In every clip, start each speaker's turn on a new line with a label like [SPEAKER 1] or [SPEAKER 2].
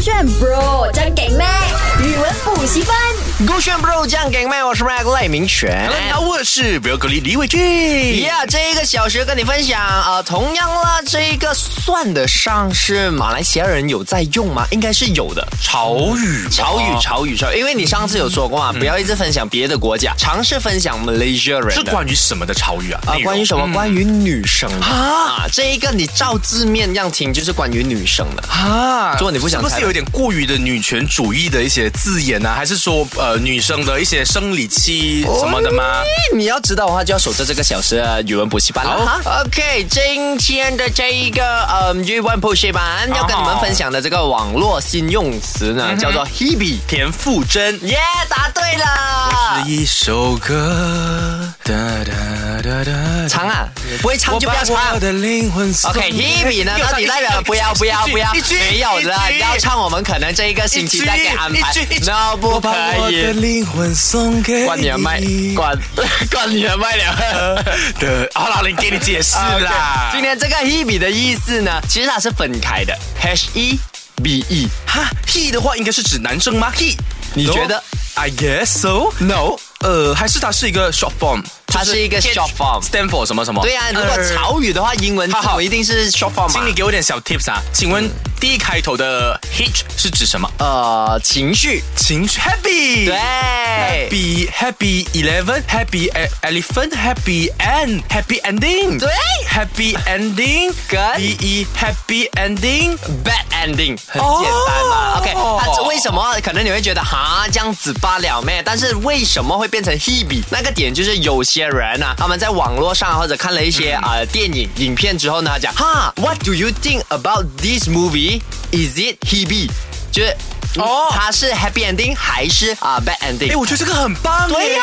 [SPEAKER 1] 炫 Bro 真给力，语文补习班。
[SPEAKER 2] 勾选 bro 酱给麦，我是 Mac 赖明全。
[SPEAKER 3] 那我是 Broccoli 李伟俊。
[SPEAKER 2] 呀、这一个小时跟你分享，呃，同样啦，这一个算得上是马来西亚人有在用吗？应该是有的。
[SPEAKER 3] 潮语，哦
[SPEAKER 2] 潮语，潮语，潮语，因为你上次有说过嘛，
[SPEAKER 3] 嗯
[SPEAKER 2] 不要一直分享别的国家，尝试分享 Malaysia 人的。
[SPEAKER 3] 是关于什么的潮语啊？
[SPEAKER 2] 啊、
[SPEAKER 3] 内容
[SPEAKER 2] 关于什么？
[SPEAKER 3] 嗯
[SPEAKER 2] 关于女生的啊，这一个你照字面这样听，就是关于女生的。
[SPEAKER 3] 啊，
[SPEAKER 2] 如果你不想
[SPEAKER 3] 是不
[SPEAKER 2] 猜
[SPEAKER 3] 是有一点过于的女权主义的一些字眼啊？还是说呃女生的一些生理期什么的吗？
[SPEAKER 2] 你要知道的话，就要守着这个小时的语文补习班了。哈 OK，今天的这一个呃语文补习班要跟你们分享的这个网络新用词
[SPEAKER 3] 嗯
[SPEAKER 2] 呢，叫做 Hebe。
[SPEAKER 3] 田馥甄
[SPEAKER 2] 耶、答对了。
[SPEAKER 3] 一首歌，哒哒哒哒，
[SPEAKER 2] 唱啊，不会唱
[SPEAKER 3] 我
[SPEAKER 2] 就不
[SPEAKER 3] 把
[SPEAKER 2] 要唱。
[SPEAKER 3] 我的灵魂送给
[SPEAKER 2] OK，Hebe 呢，到底代表不要不要不要
[SPEAKER 3] 一句，
[SPEAKER 2] 没有的，要唱我们可能这一个星期再给安排
[SPEAKER 3] 一句一句。
[SPEAKER 2] No，不
[SPEAKER 3] 我把
[SPEAKER 2] 可
[SPEAKER 3] 我的
[SPEAKER 2] 以。
[SPEAKER 3] 灵魂送给
[SPEAKER 2] 关你的麦，关 关你的麦了。
[SPEAKER 3] 的，好了，你给你解释啦
[SPEAKER 2] 啊 OK，。今天这个 hebe 的意思呢，其实它是分开的，h e b e。
[SPEAKER 3] 哈 he 的话应该是指男生吗？he，
[SPEAKER 2] 你觉得
[SPEAKER 3] ？I guess so。
[SPEAKER 2] No，
[SPEAKER 3] 呃，还是它是一个 short form，
[SPEAKER 2] 它是一个 short form
[SPEAKER 3] stand for 什么什么？
[SPEAKER 2] 对啊，如果
[SPEAKER 3] 呃
[SPEAKER 2] 潮语的话，英文字
[SPEAKER 3] 好
[SPEAKER 2] 母
[SPEAKER 3] 好
[SPEAKER 2] 一定是 short form
[SPEAKER 3] 请你
[SPEAKER 2] 嘛。
[SPEAKER 3] 给我点小 tips 啊，请问第一开头的 hitch 是指什么？
[SPEAKER 2] 呃，情绪，
[SPEAKER 3] 情绪 happy。
[SPEAKER 2] 对。
[SPEAKER 3] Happy Happy Eleven Happy e- Elephant Happy End Happy Ending
[SPEAKER 2] 对
[SPEAKER 3] Happy Ending
[SPEAKER 2] 跟
[SPEAKER 3] D E Happy Ending
[SPEAKER 2] Bad ending 很简单嘛、
[SPEAKER 3] 哦
[SPEAKER 2] o k 它这为什么可能你会觉得哈这样子罢了咩？但是为什么会变成 hebe？那个点就是有些人啊，他们在网络上或者看了一些啊、呃电影影片之后呢，他讲哈 What do you think about this movie? Is it hebe？就是哦
[SPEAKER 3] 哦，
[SPEAKER 2] 它是 happy ending 还是啊、bad
[SPEAKER 3] 哎，
[SPEAKER 2] ending？
[SPEAKER 3] 我觉得这个很棒耶。
[SPEAKER 2] 对呀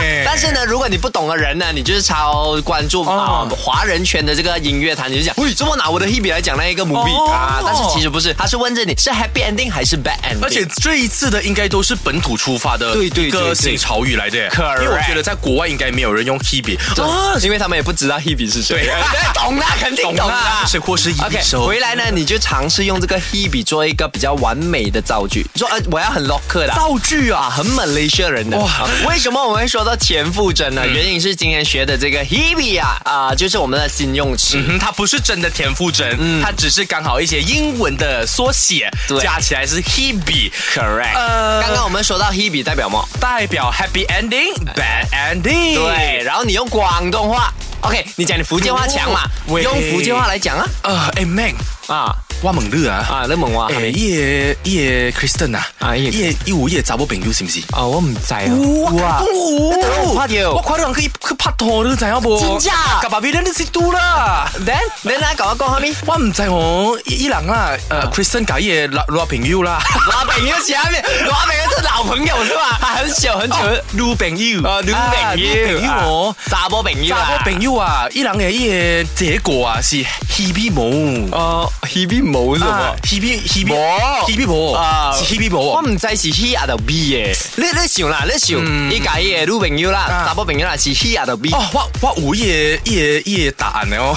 [SPEAKER 3] 哎
[SPEAKER 2] 但是呢，如果你不懂的人呢，你就是超关注啊、
[SPEAKER 3] 哦
[SPEAKER 2] 华人圈的这个音乐坛，你就讲，喂，怎么拿我的 Hebe 来讲那一个 movie、
[SPEAKER 3] 哦
[SPEAKER 2] 啊？但是其实不是，他是问着你是 happy ending 还是 bad ending。
[SPEAKER 3] 而且这一次的应该都是本土出发的
[SPEAKER 2] 对对
[SPEAKER 3] 一个
[SPEAKER 2] 对对
[SPEAKER 3] 新潮语来的耶，
[SPEAKER 2] Correct
[SPEAKER 3] 因为我觉得在国外应该没有人用 Hebe
[SPEAKER 2] 啊，因为他们也不知道 Hebe 是 谁，
[SPEAKER 3] 对
[SPEAKER 2] 哎懂啦，肯定懂啦
[SPEAKER 3] 是。谁或是一
[SPEAKER 2] OK，
[SPEAKER 3] 首
[SPEAKER 2] 回来呢，你就尝试用这个 Hebe 做一个比较完美的造句。说，呃，我要很 local 的啊
[SPEAKER 3] 造句啊，
[SPEAKER 2] 啊，很 Malaysia 人的。
[SPEAKER 3] 哇嗯
[SPEAKER 2] 啊为什么我们会说到田馥甄呢？原因是今天学的这个 Hebe 啊，啊，就是我们的新用词。
[SPEAKER 3] 嗯，它不是真的田馥甄，它只是刚好一些英文的缩写
[SPEAKER 2] 嗯对，
[SPEAKER 3] 加起来是 Hebe。
[SPEAKER 2] Correct。
[SPEAKER 3] 呃
[SPEAKER 2] 刚刚我们说到 Hebe 代表什么？
[SPEAKER 3] 代表 happy ending bad ending。
[SPEAKER 2] 哎对，，然后你用广东话，OK，你讲你福建话强嘛，
[SPEAKER 3] 喂
[SPEAKER 2] 用福建话来讲啊，
[SPEAKER 3] 呃，哎 Mac，
[SPEAKER 2] 啊
[SPEAKER 3] 我猛热啊，
[SPEAKER 2] 啊，你问我，
[SPEAKER 3] 哎，叶叶 Kristen 啊，
[SPEAKER 2] 啊一
[SPEAKER 3] 叶一五叶查某朋友是不是？
[SPEAKER 2] 啊，我唔知啊
[SPEAKER 3] 我
[SPEAKER 2] 哇
[SPEAKER 3] 哇，
[SPEAKER 2] 你等我
[SPEAKER 3] 我
[SPEAKER 2] 快
[SPEAKER 3] 快
[SPEAKER 2] 點
[SPEAKER 3] 点，我快点去去拍拖，你知影不？
[SPEAKER 2] 真假
[SPEAKER 3] 甲爸 v i d 你是拄啦。
[SPEAKER 2] ，then then 啊，講一講下 面，
[SPEAKER 3] 我唔知哦，伊伊人啊，呃，Kristen 甲伊个老老朋友 啦，
[SPEAKER 2] 老朋友下面，老朋友是老朋友是 吧？他很久很久，
[SPEAKER 3] 女朋友，
[SPEAKER 2] 啊，女
[SPEAKER 3] 啊
[SPEAKER 2] 朋
[SPEAKER 3] 女
[SPEAKER 2] 友，
[SPEAKER 3] 朋友哦。
[SPEAKER 2] 查波朋友
[SPEAKER 3] 查
[SPEAKER 2] 啊，
[SPEAKER 3] 某朋友啊，伊人嘅伊个结果啊是 Hebe 冇。
[SPEAKER 2] 哦，Hebe 冇是
[SPEAKER 3] 啊
[SPEAKER 2] 嘛？
[SPEAKER 3] ？Hebe Hebe
[SPEAKER 2] 冇
[SPEAKER 3] Hebe 冇
[SPEAKER 2] 啊
[SPEAKER 3] 是 Hebe
[SPEAKER 2] 我
[SPEAKER 3] 冇。
[SPEAKER 2] 唔知是 he 啊定 B 嘅，你你想啦，你想，伊家伊嘅女朋友啦，
[SPEAKER 3] 啊
[SPEAKER 2] 查波朋友啦是 he 啊定 B。
[SPEAKER 3] 哦，我我有伊个伊个伊个答案 了哦。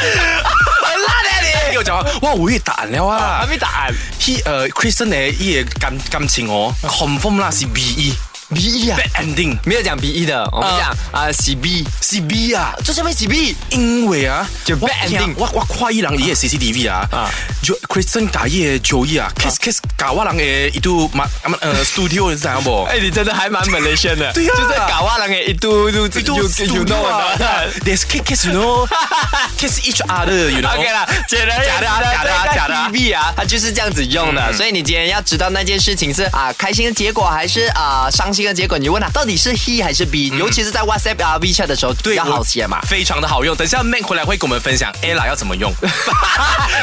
[SPEAKER 2] 很烂的
[SPEAKER 3] 你我讲，我有伊答案了
[SPEAKER 2] 啊，还
[SPEAKER 3] 啊。
[SPEAKER 2] 没答案。
[SPEAKER 3] He 呃，Kristen 嘅伊个感感情哦，confirm 啦是 B E
[SPEAKER 2] B E 啊
[SPEAKER 3] bad ending
[SPEAKER 2] 没有讲 B E 的，我们
[SPEAKER 3] 啊
[SPEAKER 2] 讲啊 C B，
[SPEAKER 3] 是 B 啊。
[SPEAKER 2] 就下面 C B
[SPEAKER 3] 因为啊，
[SPEAKER 2] 就 bad
[SPEAKER 3] 我听
[SPEAKER 2] ending
[SPEAKER 3] 我我看伊人伊个 CCTV
[SPEAKER 2] 啊
[SPEAKER 3] 啊，就 Kristen 甲伊个 Joey 啊，kiss kiss 甲我人诶伊度嘛呃 studio 你知影无？
[SPEAKER 2] 哎，你真的还蛮 Malaysian 的，
[SPEAKER 3] 对啊
[SPEAKER 2] 就是搞啊，那个一度就就就 you know 的。
[SPEAKER 3] 啊 There's kiss kiss you know kiss each other you know
[SPEAKER 2] OK 啦，简单
[SPEAKER 3] 假的啊假的啊假的啊
[SPEAKER 2] B 啊，它就是这样子用的，所以你今天要知道那件事情是啊开心的结果还是啊伤心的结果，你问他到底是 he 还是 B，尤其是在 WhatsApp 啊 WeChat 的时候比
[SPEAKER 3] 对，
[SPEAKER 2] 较
[SPEAKER 3] 我
[SPEAKER 2] 好写嘛。
[SPEAKER 3] 非常的好用。等一下 Mac 回来会跟我们分享 Ella 要怎么用，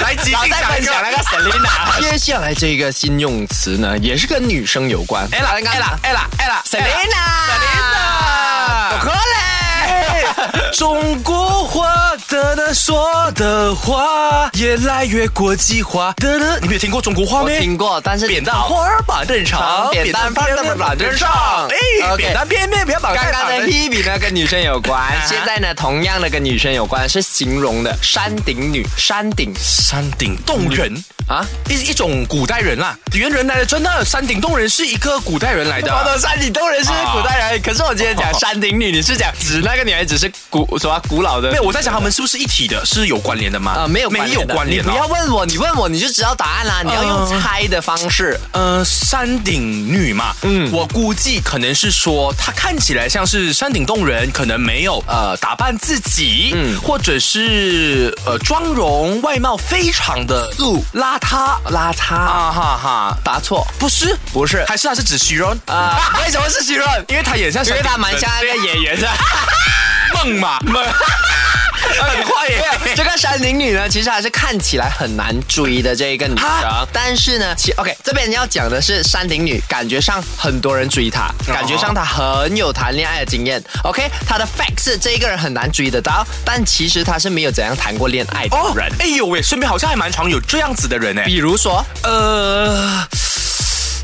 [SPEAKER 3] 来即
[SPEAKER 2] 然后
[SPEAKER 3] 兴
[SPEAKER 2] 再
[SPEAKER 3] 讲
[SPEAKER 2] 分
[SPEAKER 3] 一
[SPEAKER 2] 享那个 Selina。接下来这个新用词呢，也是跟女生有关。
[SPEAKER 3] Ella Ella Ella Ella
[SPEAKER 2] Selena，
[SPEAKER 3] Selena
[SPEAKER 2] 可嘞。
[SPEAKER 3] 中国话。的呢说的话越来越国际化。的呢，你没有听过中国话
[SPEAKER 2] 我
[SPEAKER 3] 没？
[SPEAKER 2] 听过，但是
[SPEAKER 3] 扁担花儿绑正常，
[SPEAKER 2] 扁担花儿绑正常
[SPEAKER 3] 哎，
[SPEAKER 2] OK
[SPEAKER 3] 扁担边面不要绑
[SPEAKER 2] 刚
[SPEAKER 3] 太
[SPEAKER 2] 刚
[SPEAKER 3] 绑
[SPEAKER 2] 的
[SPEAKER 3] 的。
[SPEAKER 2] Hebe 呢跟女生有关
[SPEAKER 3] 啊，哈
[SPEAKER 2] 现在呢同样的跟女生有关，是形容的山顶女，山顶
[SPEAKER 3] 山顶洞人
[SPEAKER 2] 啊，
[SPEAKER 3] 一一种古代人啦，猿人来的，真的山顶洞人是一个古代人来
[SPEAKER 2] 啊 我
[SPEAKER 3] 的。啊
[SPEAKER 2] 懂山顶洞人是古代人，可是我今天讲山顶女，你是讲指那个女孩子是古什么古老的？
[SPEAKER 3] 没有，我在想他们是不是一体的，是有关联的吗？
[SPEAKER 2] 啊，没有
[SPEAKER 3] 没有关联
[SPEAKER 2] 的你不
[SPEAKER 3] 哦
[SPEAKER 2] 要问我，你问我你就知道答案啦。你要用猜的方式，
[SPEAKER 3] 呃，山顶女嘛，嗯，我估计可能是说她看起来像是山顶洞人，可能没有呃打扮自己，嗯，或者是呃妆容外貌非常的素邋遢
[SPEAKER 2] 邋遢
[SPEAKER 3] 啊哈哈，
[SPEAKER 2] 答错
[SPEAKER 3] 不是
[SPEAKER 2] 不是
[SPEAKER 3] 还是她是指虚荣啊，
[SPEAKER 2] 啊？为什么是徐若？
[SPEAKER 3] 因为她演像
[SPEAKER 2] 因
[SPEAKER 3] 山
[SPEAKER 2] 为
[SPEAKER 3] 顶
[SPEAKER 2] 他蛮像那个演员的。
[SPEAKER 3] 梦嘛梦， 很快耶。
[SPEAKER 2] 这个山顶女呢，其实还是看起来很难追的这一个女
[SPEAKER 3] 啊
[SPEAKER 2] 生，但是呢，其 OK 这边要讲的是山顶女，感觉上很多人追她，
[SPEAKER 3] 哦
[SPEAKER 2] 感觉上她很有谈恋爱的经验。OK，她的 fact 是这一个人很难追得到，但其实她是没有怎样谈过恋爱的
[SPEAKER 3] 哦
[SPEAKER 2] 人。，
[SPEAKER 3] 哎呦喂，身边好像还蛮常有这样子的人哎。
[SPEAKER 2] 比如说，
[SPEAKER 3] 呃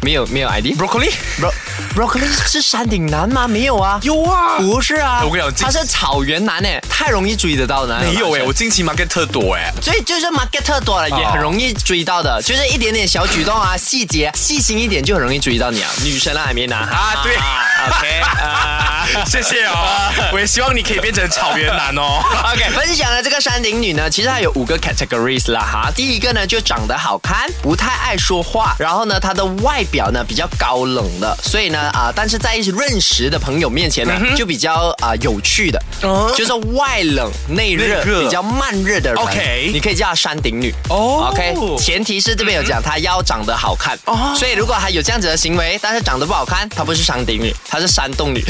[SPEAKER 2] 没有没有 ID，
[SPEAKER 3] ，broccoli
[SPEAKER 2] Bro broccoli 是山顶男吗？没有啊，
[SPEAKER 3] 有啊，
[SPEAKER 2] 不是啊，
[SPEAKER 3] 我跟你
[SPEAKER 2] 他
[SPEAKER 3] 讲
[SPEAKER 2] 是草原男诶，太容易追得到的。
[SPEAKER 3] 没有哎，
[SPEAKER 2] 哎，
[SPEAKER 3] 我近期 market 特多哎。
[SPEAKER 2] 所以就是 market 特多
[SPEAKER 3] 啊
[SPEAKER 2] 了，也很容易追到的，就是一点点小举动啊，细节细心一点就很容易追到你啊，女生啊，还没拿
[SPEAKER 3] 啊对
[SPEAKER 2] ，OK 啊。
[SPEAKER 3] 谢谢哦，我也希望你可以变成草原男哦。
[SPEAKER 2] OK，分享的这个山顶女呢，其实它有五个 categories 啦哈。第一个呢，就长得好看，不太爱说话，然后呢，她的外表呢比较高冷的，所以呢啊、但是在认识的朋友面前呢，就比较啊、有趣的，
[SPEAKER 3] 嗯哦
[SPEAKER 2] 就是外冷内热，
[SPEAKER 3] 内热
[SPEAKER 2] 比较慢热的人。
[SPEAKER 3] OK
[SPEAKER 2] 你可以叫她山顶女。
[SPEAKER 3] 哦嗯
[SPEAKER 2] OK，前提是这边有讲她要长得好看，
[SPEAKER 3] 哦
[SPEAKER 2] 所以如果她有这样子的行为，但是长得不好看，她不是山顶女，她是山洞女。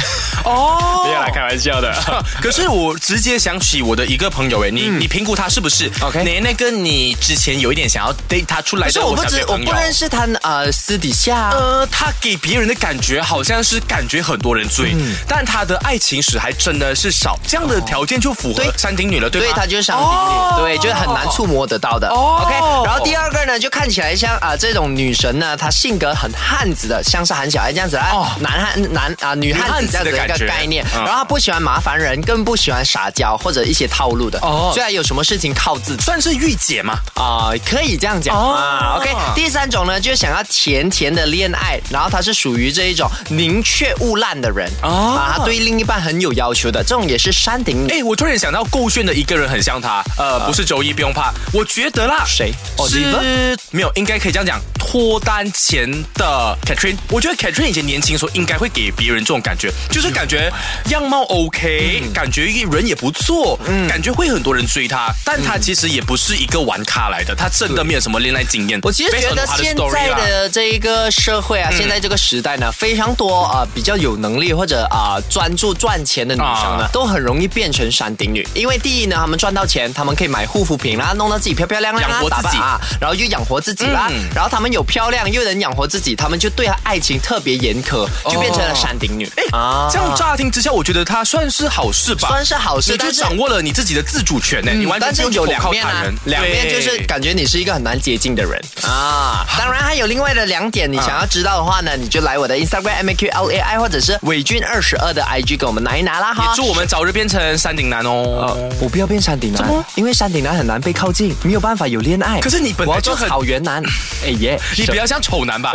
[SPEAKER 3] 哦，
[SPEAKER 2] 不要来开玩笑的。
[SPEAKER 3] 可是我直接想起我的一个朋友哎，你、你评估他是不是
[SPEAKER 2] OK
[SPEAKER 3] 奶奶跟你之前有一点想要 date 他出来
[SPEAKER 2] 可是
[SPEAKER 3] 的
[SPEAKER 2] 我不
[SPEAKER 3] 小
[SPEAKER 2] 知
[SPEAKER 3] 学
[SPEAKER 2] 我
[SPEAKER 3] 朋友
[SPEAKER 2] 不认。识他呃私底下啊、
[SPEAKER 3] 呃，他给别人的感觉好像是感觉很多人追，但他的爱情史还真的是少，这样的条件就符合
[SPEAKER 2] 对
[SPEAKER 3] 山顶女哦了，对
[SPEAKER 2] 对，
[SPEAKER 3] 吗？
[SPEAKER 2] 他就是山顶女，
[SPEAKER 3] 哦
[SPEAKER 2] 对，就是很难触摸得到的。
[SPEAKER 3] 哦
[SPEAKER 2] OK，然后第二个呢，就看起来像啊、这种女神呢，她性格很汉子的，像是韩小爱这样子啊，
[SPEAKER 3] 哦
[SPEAKER 2] 男汉男啊、女汉子这样子的
[SPEAKER 3] 女汉
[SPEAKER 2] 一
[SPEAKER 3] 子的感
[SPEAKER 2] 个
[SPEAKER 3] 觉
[SPEAKER 2] 概念。
[SPEAKER 3] 嗯
[SPEAKER 2] 然后她不喜欢麻烦人，更不喜欢撒娇或者一些套路的。
[SPEAKER 3] 哦
[SPEAKER 2] 哦，虽然有什么事情靠自己。
[SPEAKER 3] 算是御姐嘛。
[SPEAKER 2] 啊、可以这样讲
[SPEAKER 3] 哦
[SPEAKER 2] 啊。OK，第三种呢，就是想要甜甜的恋爱，然后他是属于这一种宁缺毋滥的人、
[SPEAKER 3] 哦
[SPEAKER 2] 啊，他对另一半很有要求的，这种也是山顶女。
[SPEAKER 3] 哎，我突然想到够炫的一个人很像他，呃，不是周一，不用怕，我觉得啦，
[SPEAKER 2] 啊谁哦
[SPEAKER 3] 是
[SPEAKER 2] Oliver？
[SPEAKER 3] 没有，应该可以这样讲，脱单前的 Catherine，我觉得 Catherine 以前年轻的时候应该会给别人这种感觉，
[SPEAKER 2] 嗯
[SPEAKER 3] 就是感觉样貌 OK，、感觉人也不错，
[SPEAKER 2] 嗯
[SPEAKER 3] 感觉会很多人追她，但她其实也不是一个玩咖来的，她真的没有什么恋爱经验。
[SPEAKER 2] 我其实觉得
[SPEAKER 3] Based on 她
[SPEAKER 2] 现
[SPEAKER 3] story
[SPEAKER 2] 在
[SPEAKER 3] 啦
[SPEAKER 2] 的嗯这一个社会啊，现在这个时代呢，非常多啊、比较有能力或者啊、专注赚钱的女生呢，
[SPEAKER 3] 啊
[SPEAKER 2] 都很容易变成山顶女。因为第一呢，她们赚到钱，她们可以买护肤品啦，弄到自己漂漂亮亮
[SPEAKER 3] 养
[SPEAKER 2] 啦
[SPEAKER 3] 活，自己
[SPEAKER 2] 打扮啊，然后又养活自己啦。
[SPEAKER 3] 嗯
[SPEAKER 2] 然后她们有漂亮又能养活自己，她们就对爱情特别严苛，就变成了山顶女。啊
[SPEAKER 3] 哎这样乍听之下，我觉得她算是好事吧，
[SPEAKER 2] 算是好事
[SPEAKER 3] 你哦就
[SPEAKER 2] 但是嗯
[SPEAKER 3] 掌握了你自己的自主权呢、你完全
[SPEAKER 2] 但
[SPEAKER 3] 不
[SPEAKER 2] 是
[SPEAKER 3] 用去
[SPEAKER 2] 有
[SPEAKER 3] 投
[SPEAKER 2] 两
[SPEAKER 3] 靠
[SPEAKER 2] 面
[SPEAKER 3] 他
[SPEAKER 2] 啊
[SPEAKER 3] 人，
[SPEAKER 2] 两面就
[SPEAKER 3] 对
[SPEAKER 2] 是感觉你是一个很难接近的人啊。当然还有另外的两点，你想要知道的话呢，你就来我的 Instagram M A Q L A I 或者是伟俊二十二的 I G 给我们拿一拿啦
[SPEAKER 3] 也
[SPEAKER 2] 哈。
[SPEAKER 3] 祝我们早日变成山顶男哦。
[SPEAKER 2] 呃，我不要变山顶男，因为山顶男很难被靠近，没有办法有恋爱。
[SPEAKER 3] 可是你本来
[SPEAKER 2] 我要做
[SPEAKER 3] 就很
[SPEAKER 2] 草原男，哎耶，
[SPEAKER 3] 你不要像丑男吧？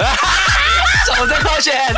[SPEAKER 2] 什么在挑选？